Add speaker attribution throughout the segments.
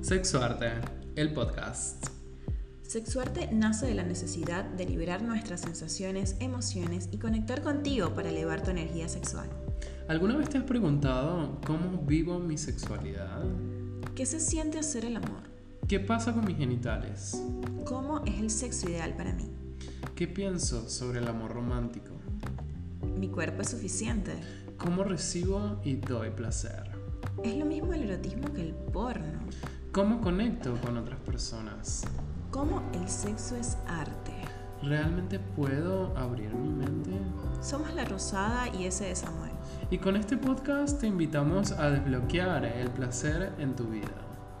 Speaker 1: Sexuarte, el podcast.
Speaker 2: Sexuarte nace de la necesidad de liberar nuestras sensaciones, emociones y conectar contigo para elevar tu energía sexual.
Speaker 1: ¿Alguna vez te has preguntado cómo vivo mi sexualidad?
Speaker 2: ¿Qué se siente hacer el amor?
Speaker 1: ¿Qué pasa con mis genitales?
Speaker 2: ¿Cómo es el sexo ideal para mí?
Speaker 1: ¿Qué pienso sobre el amor romántico?
Speaker 2: ¿Mi cuerpo es suficiente?
Speaker 1: ¿Cómo recibo y doy placer?
Speaker 2: ¿Es lo mismo el erotismo que el porno?
Speaker 1: ¿Cómo conecto con otras personas?
Speaker 2: ¿Cómo el sexo es arte?
Speaker 1: ¿Realmente puedo abrir mi mente?
Speaker 2: Somos la Rosada y ese es Samuel.
Speaker 1: Y con este podcast te invitamos a desbloquear el placer en tu vida,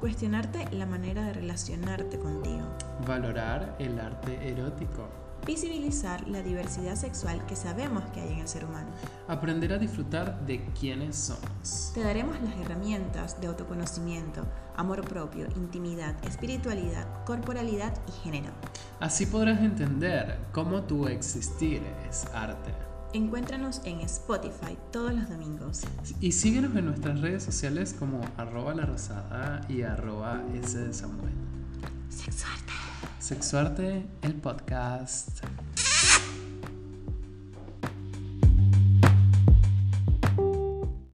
Speaker 2: Cuestionarte la manera de relacionarte contigo.
Speaker 1: valorar el arte erótico,
Speaker 2: Visibilizar la diversidad sexual que sabemos que hay en el ser humano.
Speaker 1: aprender a disfrutar de quiénes somos.
Speaker 2: Te daremos las herramientas de autoconocimiento, amor propio, intimidad, espiritualidad, corporalidad y género.
Speaker 1: Así podrás entender cómo tu existir es arte.
Speaker 2: Encuéntranos en Spotify todos los domingos.
Speaker 1: Y síguenos en nuestras redes sociales como arroba la rosada y arroba S de Samuel.
Speaker 2: ¡Sexuarte!
Speaker 1: Sexuarte, el podcast.